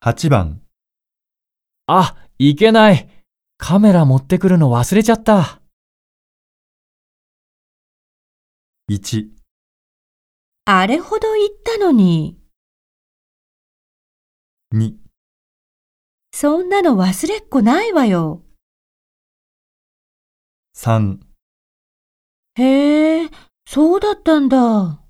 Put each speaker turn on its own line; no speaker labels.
8番、
あ、いけない。カメラ持ってくるの忘れちゃった。
1、
あれほど言ったのに、
2、
そんなの忘れっこないわよ。
3
へえ、そうだったんだ。